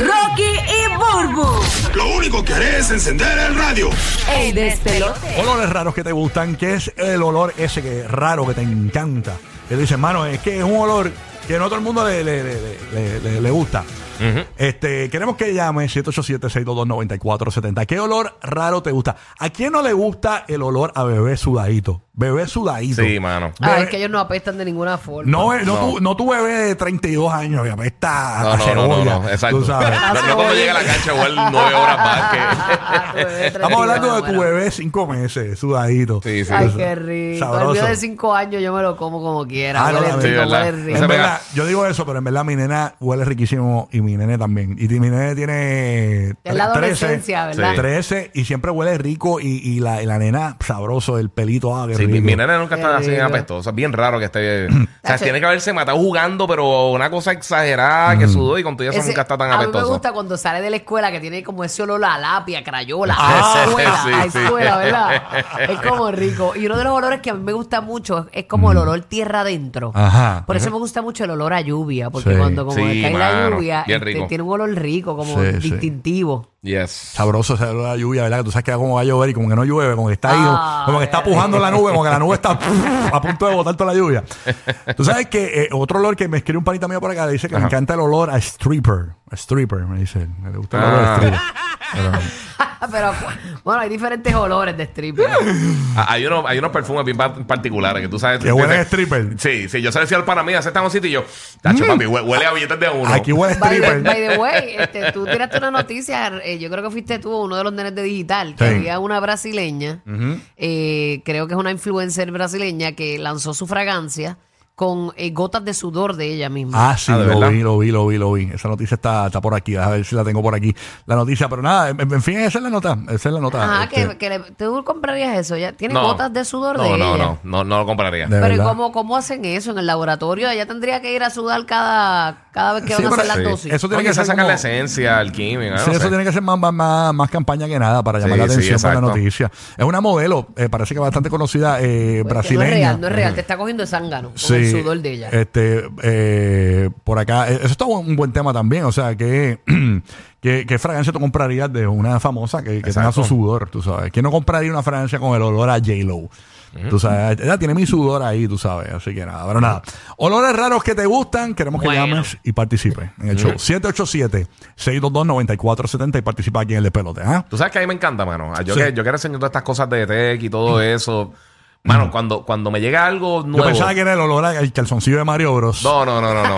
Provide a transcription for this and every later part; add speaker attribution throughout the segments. Speaker 1: Rocky y Burbu.
Speaker 2: Lo único que haré es encender el radio.
Speaker 1: El despelote.
Speaker 3: Olores raros que te gustan, que es el olor ese que raro que te encanta. Él dice, hermano, es que es un olor que no todo el mundo le, le- le- le- le- le gusta. Este, queremos que llame 787-622-9470. ¿Qué olor raro te gusta? ¿A quién no le gusta el olor a bebé sudadito? Bebé sudadito.
Speaker 4: Sí, mano.
Speaker 3: Bebé-
Speaker 5: Ay, Ah, es que ellos no apestan de ninguna forma.
Speaker 3: no, eh, no, Tu, no tu bebé de 32 años, ya pues, está
Speaker 4: No,
Speaker 3: a
Speaker 4: no, no, no,
Speaker 3: cebolla,
Speaker 4: no, exacto.
Speaker 3: tú sabes.
Speaker 4: No, no cuando llega a la cancha igual nueve horas más que...
Speaker 5: Ah, tu bebé es
Speaker 3: Estamos hablando de tu
Speaker 5: bueno.
Speaker 3: bebé 5 meses, sudadito.
Speaker 4: Sí, sí.
Speaker 5: Ay, qué rico.
Speaker 3: Sabroso.
Speaker 5: El mío de 5 años yo me lo como como quiera.
Speaker 3: Ah, no,
Speaker 5: huele
Speaker 3: la-
Speaker 5: rico,
Speaker 3: sí,
Speaker 4: ¿verdad?
Speaker 5: huele
Speaker 4: No
Speaker 5: rico.
Speaker 4: se
Speaker 3: En
Speaker 4: pega.
Speaker 3: verdad, yo digo eso, pero en verdad mi nena huele riquísimo y mi nene también. Y mi nene tiene
Speaker 5: Es
Speaker 3: 13,
Speaker 5: la adolescencia, ¿verdad?
Speaker 4: Sí.
Speaker 3: 13 y siempre huele rico y, y la, y la nena sabroso, el pelito, ah, qué
Speaker 4: Sí,
Speaker 3: rico.
Speaker 4: mi, mi nena nunca está así
Speaker 5: rico.
Speaker 4: apestosa. Es bien raro que esté... o sea,
Speaker 5: Tacho.
Speaker 4: tiene que haberse matado jugando, pero una cosa exagerada
Speaker 3: Mm.
Speaker 4: que sudó y con todo eso
Speaker 5: Ese-
Speaker 4: nunca está tan
Speaker 5: a mí me
Speaker 4: apestosa.
Speaker 5: gusta cuando sale de la escuela que tiene como ese olor a lapia, crayola,
Speaker 4: Ah,
Speaker 5: a escuela,
Speaker 4: sí,
Speaker 5: a
Speaker 4: sí.
Speaker 5: escuela, ¿verdad? es como rico. Y uno de los olores que a mí me gusta mucho es como el olor tierra adentro.
Speaker 3: Mm. Ajá.
Speaker 5: Por eso me gusta mucho el olor a lluvia, porque
Speaker 3: Sí.
Speaker 5: cuando como
Speaker 4: Sí,
Speaker 5: cae la
Speaker 4: mano,
Speaker 5: lluvia,
Speaker 4: bien
Speaker 5: este,
Speaker 4: rico.
Speaker 5: tiene un olor rico, como
Speaker 3: Sí, sí.
Speaker 5: distintivo.
Speaker 4: Yes.
Speaker 3: Sabroso ese olor a lluvia, ¿verdad? Que tú sabes que como va a llover y como que no llueve, como que está ahí,
Speaker 5: Ah,
Speaker 3: como que está pujando la nube, como que la nube está a punto de botar toda la lluvia. Tú sabes que eh, otro olor que me escribe un panita mío por acá, le dice que me
Speaker 4: Ajá.
Speaker 3: encanta el olor a stripper. A stripper, me dice. Me gusta el olor a
Speaker 4: Ah.
Speaker 3: stripper. Pero-
Speaker 5: Pero bueno, hay diferentes olores de stripper.
Speaker 4: Ah, Hay unos, hay unos perfumes bien pa- particulares que tú sabes.
Speaker 3: Que huelen a
Speaker 4: dices-
Speaker 3: stripper. Mm.
Speaker 4: Sí, sí. Yo se lo decía al pana mío, "Ese está en un sitio y yo, tacho, papi, hue- huele a billetes de uno.
Speaker 3: Aquí huele a
Speaker 5: By the,
Speaker 3: stripper.
Speaker 5: by the way, este, tú tiraste una noticia, eh, yo creo que fuiste tú, uno de los nenes de digital, que
Speaker 3: Sí.
Speaker 5: había una brasileña, eh, creo que es una influencer brasileña que lanzó su fragancia con eh, gotas de sudor de ella misma.
Speaker 3: Ah, sí,
Speaker 4: Ah, ¿de
Speaker 3: lo
Speaker 4: verdad?
Speaker 3: vi, lo vi, lo vi, lo vi. Esa noticia está, está por aquí. A ver si la tengo por aquí. La noticia, pero nada, en, en fin, esa es la nota. Esa es la nota.
Speaker 5: Ajá,
Speaker 3: este,
Speaker 5: que, que le- tú comprarías eso, ya tiene gotas de sudor
Speaker 4: no,
Speaker 5: de
Speaker 4: no,
Speaker 5: ella.
Speaker 4: No, no, no lo compraría.
Speaker 3: De
Speaker 5: Pero ¿y
Speaker 3: verdad.
Speaker 5: cómo, cómo hacen eso en el laboratorio? Ella tendría que ir a sudar cada, cada vez que
Speaker 3: Sí,
Speaker 5: van a
Speaker 3: pero-
Speaker 5: hacer las
Speaker 3: sí.
Speaker 5: dosis.
Speaker 3: Eso
Speaker 4: Eso tiene
Speaker 3: tiene que ser
Speaker 4: sacar
Speaker 3: como-
Speaker 4: la esencia, el químico.
Speaker 3: Sí, eso tiene que ser más, más- más, más campaña que nada para llamar
Speaker 4: Sí,
Speaker 3: la
Speaker 4: sí,
Speaker 3: atención para la
Speaker 4: exacto.
Speaker 3: noticia. Es una modelo, eh, parece que bastante conocida, eh,
Speaker 5: Pues que
Speaker 3: brasileña.
Speaker 5: No es real, no es real. Te está cogiendo el zángano con el sudor de ella.
Speaker 3: Este, eh, por acá, eh, eso está bu- un buen tema también. O sea, que, que, que fragancia tú comprarías de una famosa que, que tenga
Speaker 4: Exacto.
Speaker 3: su sudor, tú sabes. ¿Quién no compraría una fragancia con el olor a J-Lo? Tú sabes, ella tiene mi sudor ahí, tú sabes. Así que nada, pero nada. Olores raros que te gustan, queremos que
Speaker 5: Bueno.
Speaker 3: llames y participes en el show. 787-622-9470 y participa aquí en el despelote. ¿ah?
Speaker 4: Tú sabes que a mí me encanta, mano. Ah, Yo,
Speaker 3: Sí.
Speaker 4: que, yo que reseño todas estas cosas de tech y todo eso. Mano, cuando, cuando me llega algo
Speaker 3: Yo
Speaker 4: nuevo.
Speaker 3: pensaba que era el olor al calzoncillo de Mario Bros.
Speaker 4: No, no, no, no, no.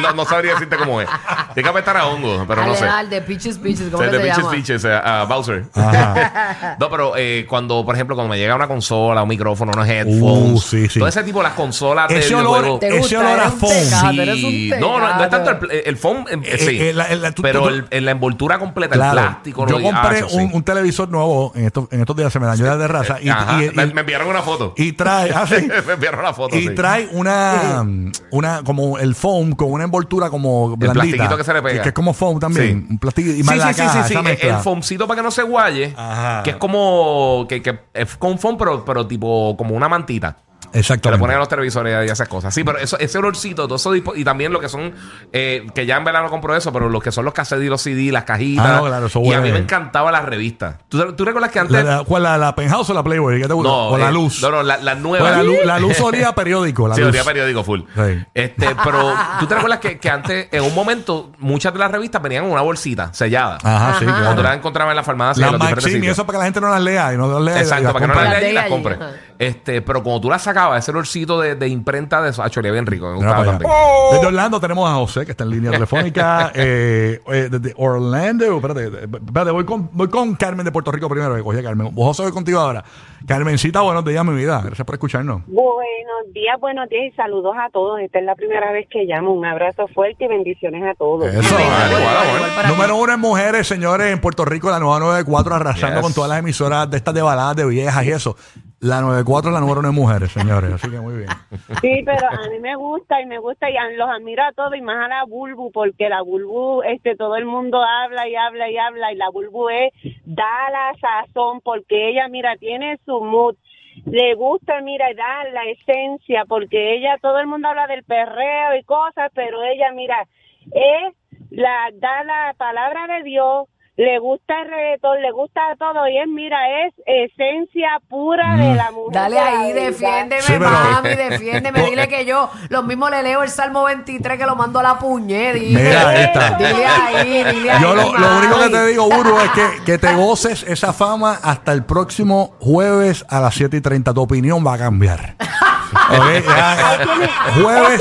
Speaker 4: no. no sabría decirte cómo es. Tiene que apestar a hongo, pero no sé.
Speaker 5: Al de Peaches Peaches,
Speaker 4: O
Speaker 5: ¿cómo
Speaker 4: sea,
Speaker 5: que
Speaker 4: de
Speaker 5: se
Speaker 4: Bitches
Speaker 5: llama?
Speaker 4: Bitches, eh, a Bowser. no, pero eh, cuando, por ejemplo, cuando me llega una consola, un micrófono, unos headphones.
Speaker 3: Uh, sí, sí.
Speaker 4: Todo ese tipo, las consolas de
Speaker 3: Ese olor,
Speaker 4: videojuegos.
Speaker 5: Te
Speaker 3: ese
Speaker 5: gusta,
Speaker 3: olor a
Speaker 5: eres un
Speaker 3: foam.
Speaker 5: pecado.
Speaker 4: Sí.
Speaker 5: eres un
Speaker 4: No, no, no es tanto el,
Speaker 5: pecado.
Speaker 4: pl- el foam, em, eh,
Speaker 3: Eh,
Speaker 4: sí.
Speaker 3: eh, la- eh, la- tú-
Speaker 4: pero
Speaker 3: tú-
Speaker 4: el- en la envoltura completa,
Speaker 3: Claro.
Speaker 4: el plástico.
Speaker 3: Yo
Speaker 4: no- ah,
Speaker 3: compré
Speaker 4: eso sí.
Speaker 3: un, un televisor nuevo en estos, en estos días, se me dañó la de raza. Y,
Speaker 4: Ajá,
Speaker 3: y- y-
Speaker 4: me, me enviaron una foto.
Speaker 3: y trae, ah, sí.
Speaker 4: me enviaron la foto.
Speaker 3: y
Speaker 4: sí.
Speaker 3: trae una, una, como el foam con una envoltura como blandita.
Speaker 4: plastiquito que se le pega.
Speaker 3: Que, es como foam también.
Speaker 4: Sí.
Speaker 3: Un plastiquito. Y
Speaker 4: Sí,
Speaker 3: más la
Speaker 4: sí, sí,
Speaker 3: caja,
Speaker 4: sí, sí.
Speaker 3: esa
Speaker 4: El-
Speaker 3: mezcla.
Speaker 4: El foamcito para que no se guaye,
Speaker 3: Ajá.
Speaker 4: que es como que, que es con foam, pero, pero tipo como una mantita. Que le
Speaker 3: Exactamente.
Speaker 4: ponen a los televisores y esas cosas. Sí, pero eso, ese olorcito, todo eso dispo- y también lo que son, eh, que ya en verano compro eso, pero los que son los cassettes y los CD, las cajitas.
Speaker 3: Ah, no, claro, eso
Speaker 4: y a mí
Speaker 3: huele.
Speaker 4: me encantaba las revistas. ¿Tú, tú recuerdas que
Speaker 3: La,
Speaker 4: antes?
Speaker 3: la- ¿Cuál? La, la penthouse o la Playboy? ¿Qué te gusta?
Speaker 4: no,
Speaker 3: o la
Speaker 4: eh,
Speaker 3: luz.
Speaker 4: No, no, la, la nueva.
Speaker 3: Pues la, lu- la luz olía a periódico. La
Speaker 4: Sí,
Speaker 3: luz.
Speaker 4: olía a periódico full.
Speaker 3: Sí.
Speaker 4: Este, pero tú te recuerdas que, que antes, en un momento, muchas de las revistas venían en una bolsita sellada.
Speaker 3: Ajá, sí,
Speaker 5: Ajá.
Speaker 4: Cuando tú las
Speaker 3: claro.
Speaker 4: encontrabas en la farmacia,
Speaker 3: La
Speaker 4: en los diferentes
Speaker 3: Maxim y
Speaker 4: sitios.
Speaker 3: eso para que la gente no las lea y no las lea. y
Speaker 4: Exacto,
Speaker 3: las
Speaker 4: para que no
Speaker 3: compre.
Speaker 4: las
Speaker 5: compre.
Speaker 4: leas y las
Speaker 5: Las de
Speaker 4: compres.
Speaker 5: allí, ajá.
Speaker 4: Este, pero cuando tú las sacabas acaba, ese olorcito de, de imprenta de eso. Ah, chole, bien rico. Me
Speaker 3: Mira
Speaker 4: gustaba
Speaker 3: para allá.
Speaker 4: también.
Speaker 3: Desde Orlando tenemos a José, que está en línea telefónica. eh, eh, desde Orlando, espérate, espérate voy, con, voy con Carmen de Puerto Rico primero, que cogí a Carmen. José, voy contigo ahora. Carmencita, buenos días, mi vida. Gracias por escucharnos.
Speaker 6: Buenos días, buenos días y saludos a todos. Esta es la primera vez que llamo. Un abrazo fuerte y bendiciones a todos.
Speaker 3: Eso, vale.
Speaker 4: Amén. Igual,
Speaker 5: Igual,
Speaker 4: igual.
Speaker 5: igual para
Speaker 3: Número uno en mujeres, señores, en Puerto Rico, la nueva 94 arrasando
Speaker 4: Yes.
Speaker 3: con todas las emisoras de estas de baladas de viejas y eso. La 94 es la número uno en mujeres, señores. Así que muy bien.
Speaker 6: Sí, pero a mí me gusta y me gusta y a- los admiro a todos y más a la Bulbu porque la Bulbu, este, todo el mundo habla y habla y habla y la Bulbu es, da la sazón porque ella, mira, tiene su mood. Le gusta, mira, da la esencia porque ella, todo el mundo habla del perreo y cosas, pero ella, mira, es la, da la palabra de Dios, le gusta el reggaetón, le gusta todo y es, mira, es esencia pura de la mujer.
Speaker 5: Dale ahí,
Speaker 6: ¿verdad?
Speaker 5: defiéndeme,
Speaker 3: Sí, pero-
Speaker 5: mami, defiéndeme. Dile que yo lo mismo le leo el Salmo 23 que lo mando a la puñe. Dile,
Speaker 3: Mira esta.
Speaker 5: dile ahí, dile ahí.
Speaker 3: Yo lo, lo
Speaker 5: mami.
Speaker 3: único que te digo, Buru, es que, que te goces esa fama hasta el próximo jueves a las 7 y 30. Tu opinión va a cambiar. Ok, ya, ya. Jueves,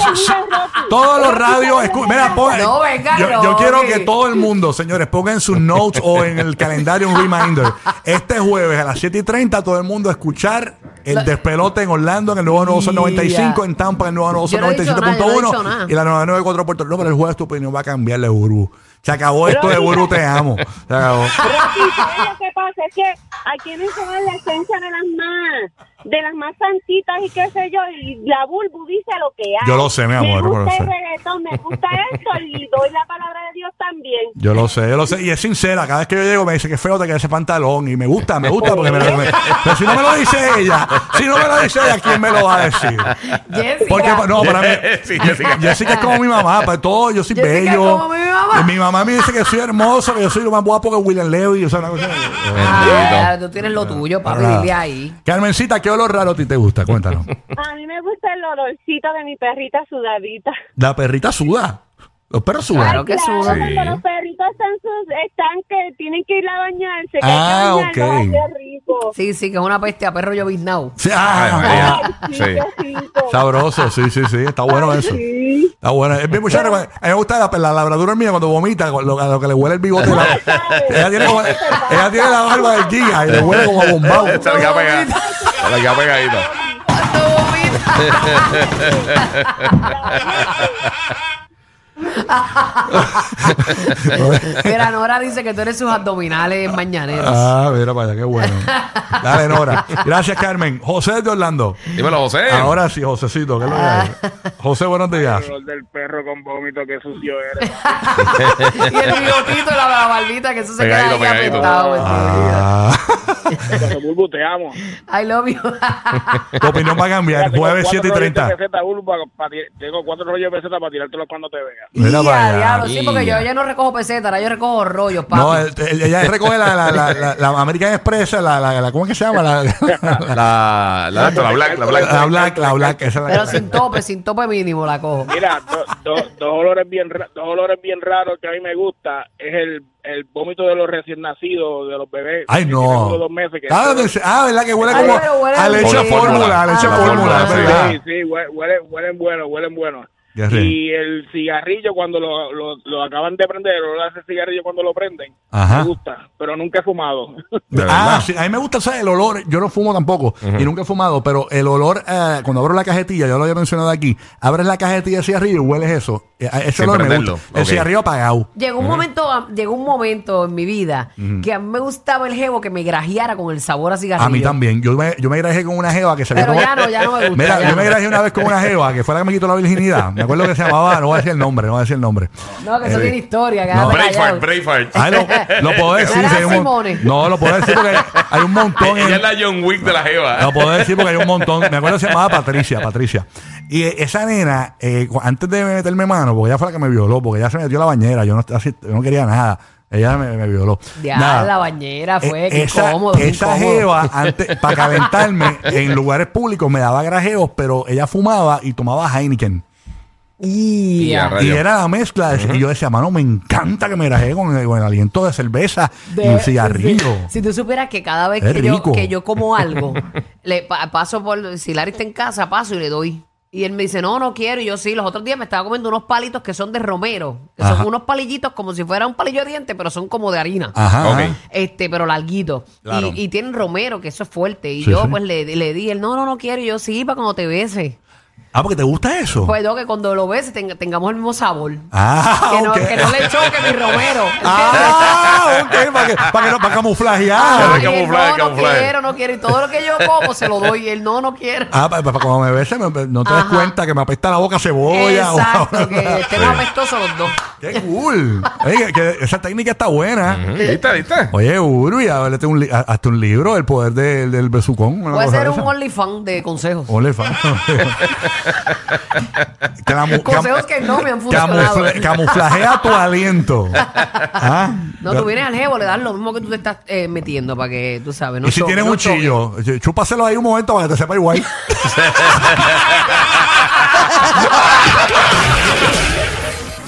Speaker 3: todos los radios. escu- Mira, pon-
Speaker 5: No, venga,
Speaker 3: yo, yo
Speaker 5: Rocky.
Speaker 3: quiero que todo el mundo, señores, pongan sus notes o en el calendario un reminder. Este jueves a las 7 y 30, todo el mundo a escuchar el despelote en Orlando, en el nuevo Nuevo Sol 95, en Tampa, en el nuevo Nuevo Sol
Speaker 5: Yo no he dicho nada, yo no he dicho
Speaker 3: 97.1
Speaker 5: nada.
Speaker 3: y la 994 Puerto Rico. No, pero el jueves tu opinión va a cambiarle, Buru. Se acabó esto de Buru, te amo. Se acabó.
Speaker 6: Rocky, ¿sabes lo que pasa? Es que aquí no se ve la esencia de las más, de las más santitas y qué sé yo, y la Bulbu dice lo que hay.
Speaker 3: Yo lo sé, mi amor,
Speaker 6: Me
Speaker 3: yo lo
Speaker 6: gusta
Speaker 3: sé.
Speaker 6: el reggaetón, me gusta esto y doy la palabra de Dios también.
Speaker 3: Yo lo sé, yo lo sé. Y es sincera. Cada vez que yo llego me dice que feo te queda ese pantalón. Y me gusta, me gusta. Porque me lo- me- pero si no me lo dice ella, si no me lo dice ella, ¿quién me lo va a decir?
Speaker 5: Jessica.
Speaker 3: Porque, no, para mí.
Speaker 4: Sí, Jessica.
Speaker 3: Jessica es como mi mamá, para todo, yo soy
Speaker 5: Jessica es
Speaker 3: bello.
Speaker 5: como mi mamá.
Speaker 3: Y mi mamá me dice que soy hermoso, que yo soy lo más guapo que William Levy. O sea, una cosa.
Speaker 5: Ah, tú tienes lo tuyo, papi,
Speaker 3: Para
Speaker 5: dile
Speaker 3: nada.
Speaker 5: ahí.
Speaker 3: Carmencita, ¿qué olor raro a ti te gusta? Cuéntanos.
Speaker 6: A mí me gusta el olorcito de mi perrita sudadita.
Speaker 3: La perrita suda. Los perros sudan.
Speaker 5: Claro que
Speaker 6: Claro,
Speaker 5: suda.
Speaker 6: cuando los perritos están, sus, están que tienen que ir a bañarse, que
Speaker 3: Ah,
Speaker 6: hay que bañarlos,
Speaker 3: ok.
Speaker 6: ay, qué rico.
Speaker 5: Sí, sí, que es una peste a perro lloviznado.
Speaker 3: Sí, ah,
Speaker 4: Ay, María.
Speaker 6: Sí,
Speaker 4: Sí.
Speaker 6: qué rico.
Speaker 3: Sabroso, sí, sí, sí. Está bueno eso. Está bueno. Es bien muchacho. cuando- A mí me gusta la, la labradora mía cuando vomita, con lo- a lo que le huele el bigote. y la- ella, tiene como- ella tiene la barba del giga y le huele como a bombao.
Speaker 4: Esta la queda pegada. Esta la queda pegadita.
Speaker 5: Mira, Nora dice que tú eres sus abdominales mañaneros.
Speaker 3: Ah, mira para allá, qué bueno. Dale, Nora. Gracias, Carmen. José de Orlando.
Speaker 4: Dímelo, José.
Speaker 3: Ahora sí, Josecito, ¿qué es lo que hay? José, buenos días.
Speaker 7: olor del perro con vómito que sucio eres.
Speaker 5: y el bigotito, la, la barbita, que eso se
Speaker 4: Pegadito,
Speaker 5: queda ahí
Speaker 4: pegadito.
Speaker 5: apretado. bendito.
Speaker 3: Ah,
Speaker 7: Bulbu, te amo.
Speaker 5: I love you.
Speaker 3: tu opinión va a cambiar.
Speaker 7: Tengo
Speaker 3: Jueves
Speaker 7: cuatro
Speaker 3: 7 y
Speaker 7: rollos
Speaker 3: 30.
Speaker 7: de peseta, Bulbu, pa- pa- ti- Tengo cuatro rollos de peseta para tirártelos cuando te vea.
Speaker 3: Mira
Speaker 5: Ya,
Speaker 3: para allá.
Speaker 5: diablo, sí, porque yo
Speaker 4: Ya.
Speaker 5: ya no recojo pesetas, ahora yo recojo rollos, papi.
Speaker 3: No, el- el- ella recoge la, la, la, la, la American Express, la, la, la- ¿cómo es que se llama? La, la,
Speaker 4: La, la, la, la black, la black.
Speaker 3: la Black, la Black, esa es la
Speaker 5: Pero sin tope, sin tope mínimo la cojo.
Speaker 7: Mira, do- do- dos olores bien ra- dos olores bien raros que a mí me gusta es el, el vómito de los recién nacidos, de los bebés.
Speaker 3: Ay,
Speaker 7: que tienen uno
Speaker 3: no.
Speaker 7: o Dos meses que
Speaker 3: Ah, de- ah, ¿verdad? Que huele
Speaker 5: Ay,
Speaker 3: como
Speaker 5: pero huele
Speaker 3: a leche
Speaker 4: bien.
Speaker 3: fórmula, a leche
Speaker 5: Ah,
Speaker 3: fórmula,
Speaker 5: fórmula,
Speaker 3: es
Speaker 5: sí.
Speaker 3: verdad.
Speaker 7: Sí, sí, hue- huelen, huelen bueno, huelen bueno.
Speaker 3: Ya sé.
Speaker 7: Y el cigarrillo cuando lo, lo, lo acaban de prender, el olor a ese cigarrillo cuando lo prenden,
Speaker 3: Ajá.
Speaker 7: me gusta, pero nunca he fumado.
Speaker 4: De
Speaker 3: Ah,
Speaker 4: verdad.
Speaker 3: sí, a mí me gusta ¿sabes? el olor. Yo no fumo tampoco y nunca he fumado, pero el olor, eh, cuando abro la cajetilla, yo lo había mencionado aquí, abres la cajetilla hacia arriba y hueles eso. Eh, ese
Speaker 4: Sin
Speaker 3: olor me
Speaker 4: prenderlo,
Speaker 3: gusta. El
Speaker 4: ok.
Speaker 3: cigarrillo apagado.
Speaker 5: Llegó un momento, a- llegó un momento en mi vida que a mí me gustaba el jevo que me grajeara con el sabor a cigarrillo.
Speaker 3: A mí también. Yo me, yo me grajeé con una jeva que se había
Speaker 5: Pero ya
Speaker 3: tomado-
Speaker 5: no, ya no me gusta.
Speaker 3: Mira,
Speaker 5: ya
Speaker 3: yo me
Speaker 5: no.
Speaker 3: grajeé una vez con una jeva que fue la que me quitó la virginidad. Me acuerdo que se llamaba, no voy a decir el nombre, no voy a decir el nombre.
Speaker 5: No, que eso
Speaker 3: Eh,
Speaker 5: tiene historia, que
Speaker 3: no.
Speaker 5: déjame callado.
Speaker 4: Braveheart, Braveheart.
Speaker 3: Ay, lo, lo puedo decir.
Speaker 5: Sara
Speaker 3: si hay un mon-
Speaker 5: Simone.
Speaker 3: no, lo puedo decir porque hay, hay un montón. en-
Speaker 4: Ella es la John Wick de la Jeva.
Speaker 3: Lo puedo decir porque hay un montón. Me acuerdo que se llamaba Patricia, Patricia. Y eh, esa nena, eh, cu- antes de meterme mano, porque ella fue la que me violó, porque ella se metió a la bañera, yo no, así- yo no quería nada. Ella me, me violó.
Speaker 5: Ya,
Speaker 3: Nada.
Speaker 5: la bañera fue,
Speaker 3: Eh,
Speaker 5: qué
Speaker 3: esa,
Speaker 5: incómodo, qué
Speaker 3: esa
Speaker 5: incómodo.
Speaker 3: jeva, antes, para calentarme en lugares públicos, me daba grajeos, pero ella fumaba y tomaba Heineken.
Speaker 4: Y a
Speaker 3: Y
Speaker 4: rayos.
Speaker 3: era la mezcla. de- Y yo decía, mano, me encanta que me rajé con, el- con el aliento de cerveza y el cigarrillo.
Speaker 5: Si, si tú supieras que cada vez
Speaker 3: Es
Speaker 5: que yo,
Speaker 3: rico.
Speaker 5: que yo como algo, le pa- paso por. Si Larry está en casa, paso y le doy. Y él me dice, no, no quiero. Y yo sí, los otros días me estaba comiendo unos palitos que son de romero. Que
Speaker 3: Ajá.
Speaker 5: son unos palillitos como si fuera un palillo de diente, pero son como de harina.
Speaker 3: Ajá.
Speaker 4: Ok.
Speaker 3: ajá.
Speaker 5: Este, pero larguito.
Speaker 3: Claro.
Speaker 5: Y, y tienen romero, que eso es fuerte. Y
Speaker 3: Sí,
Speaker 5: yo,
Speaker 3: sí.
Speaker 5: pues, le, le di, él, no, no, no quiero. Y yo, sí, para cuando te beses.
Speaker 3: Ah, porque te gusta eso.
Speaker 5: Pues, no, que cuando lo beses tenga- tengamos el mismo sabor.
Speaker 3: ah,
Speaker 5: que, no,
Speaker 3: ok.
Speaker 5: que no le choque mi romero.
Speaker 3: Ah, ok, para que, para que no, para
Speaker 5: Ah,
Speaker 3: camuflajear.
Speaker 5: y él,
Speaker 4: camuflaje,
Speaker 5: no, no
Speaker 4: camuflaje.
Speaker 5: quiero, no quiero. Y todo lo que yo como se lo doy. Y él no, no quiero.
Speaker 3: Ah, para, para cuando me beses, me- me- no te
Speaker 5: Ajá.
Speaker 3: des cuenta que me apesta la boca cebolla. o-
Speaker 5: Exacto, que estemos
Speaker 3: oh, Sí.
Speaker 5: apestosos los dos.
Speaker 3: Qué cool. Oye, que- que esa técnica está buena.
Speaker 4: Ujú, ¿Mm? ¿Viste? ¿Viste?
Speaker 3: Oye, Urbi, háblate un li- a- hasta un libro, El poder del, del besucón. una
Speaker 5: Puede
Speaker 3: cosa Oh,
Speaker 5: ser
Speaker 3: de
Speaker 5: un
Speaker 3: esa.
Speaker 5: OnlyFans de consejos.
Speaker 3: OnlyFans. Que la mu-
Speaker 5: Consejos
Speaker 3: cam-
Speaker 5: que no me han funcionado.
Speaker 3: camufla- camuflajea tu aliento. ¿Ah?
Speaker 5: No, tú vienes al jevo, le das lo mismo que tú te estás eh, metiendo para que tú sabes. No
Speaker 3: Y si
Speaker 5: choque,
Speaker 3: tienes
Speaker 5: no
Speaker 3: un
Speaker 5: choque.
Speaker 3: chillo, eh, chúpaselo ahí un momento para que te sepa igual.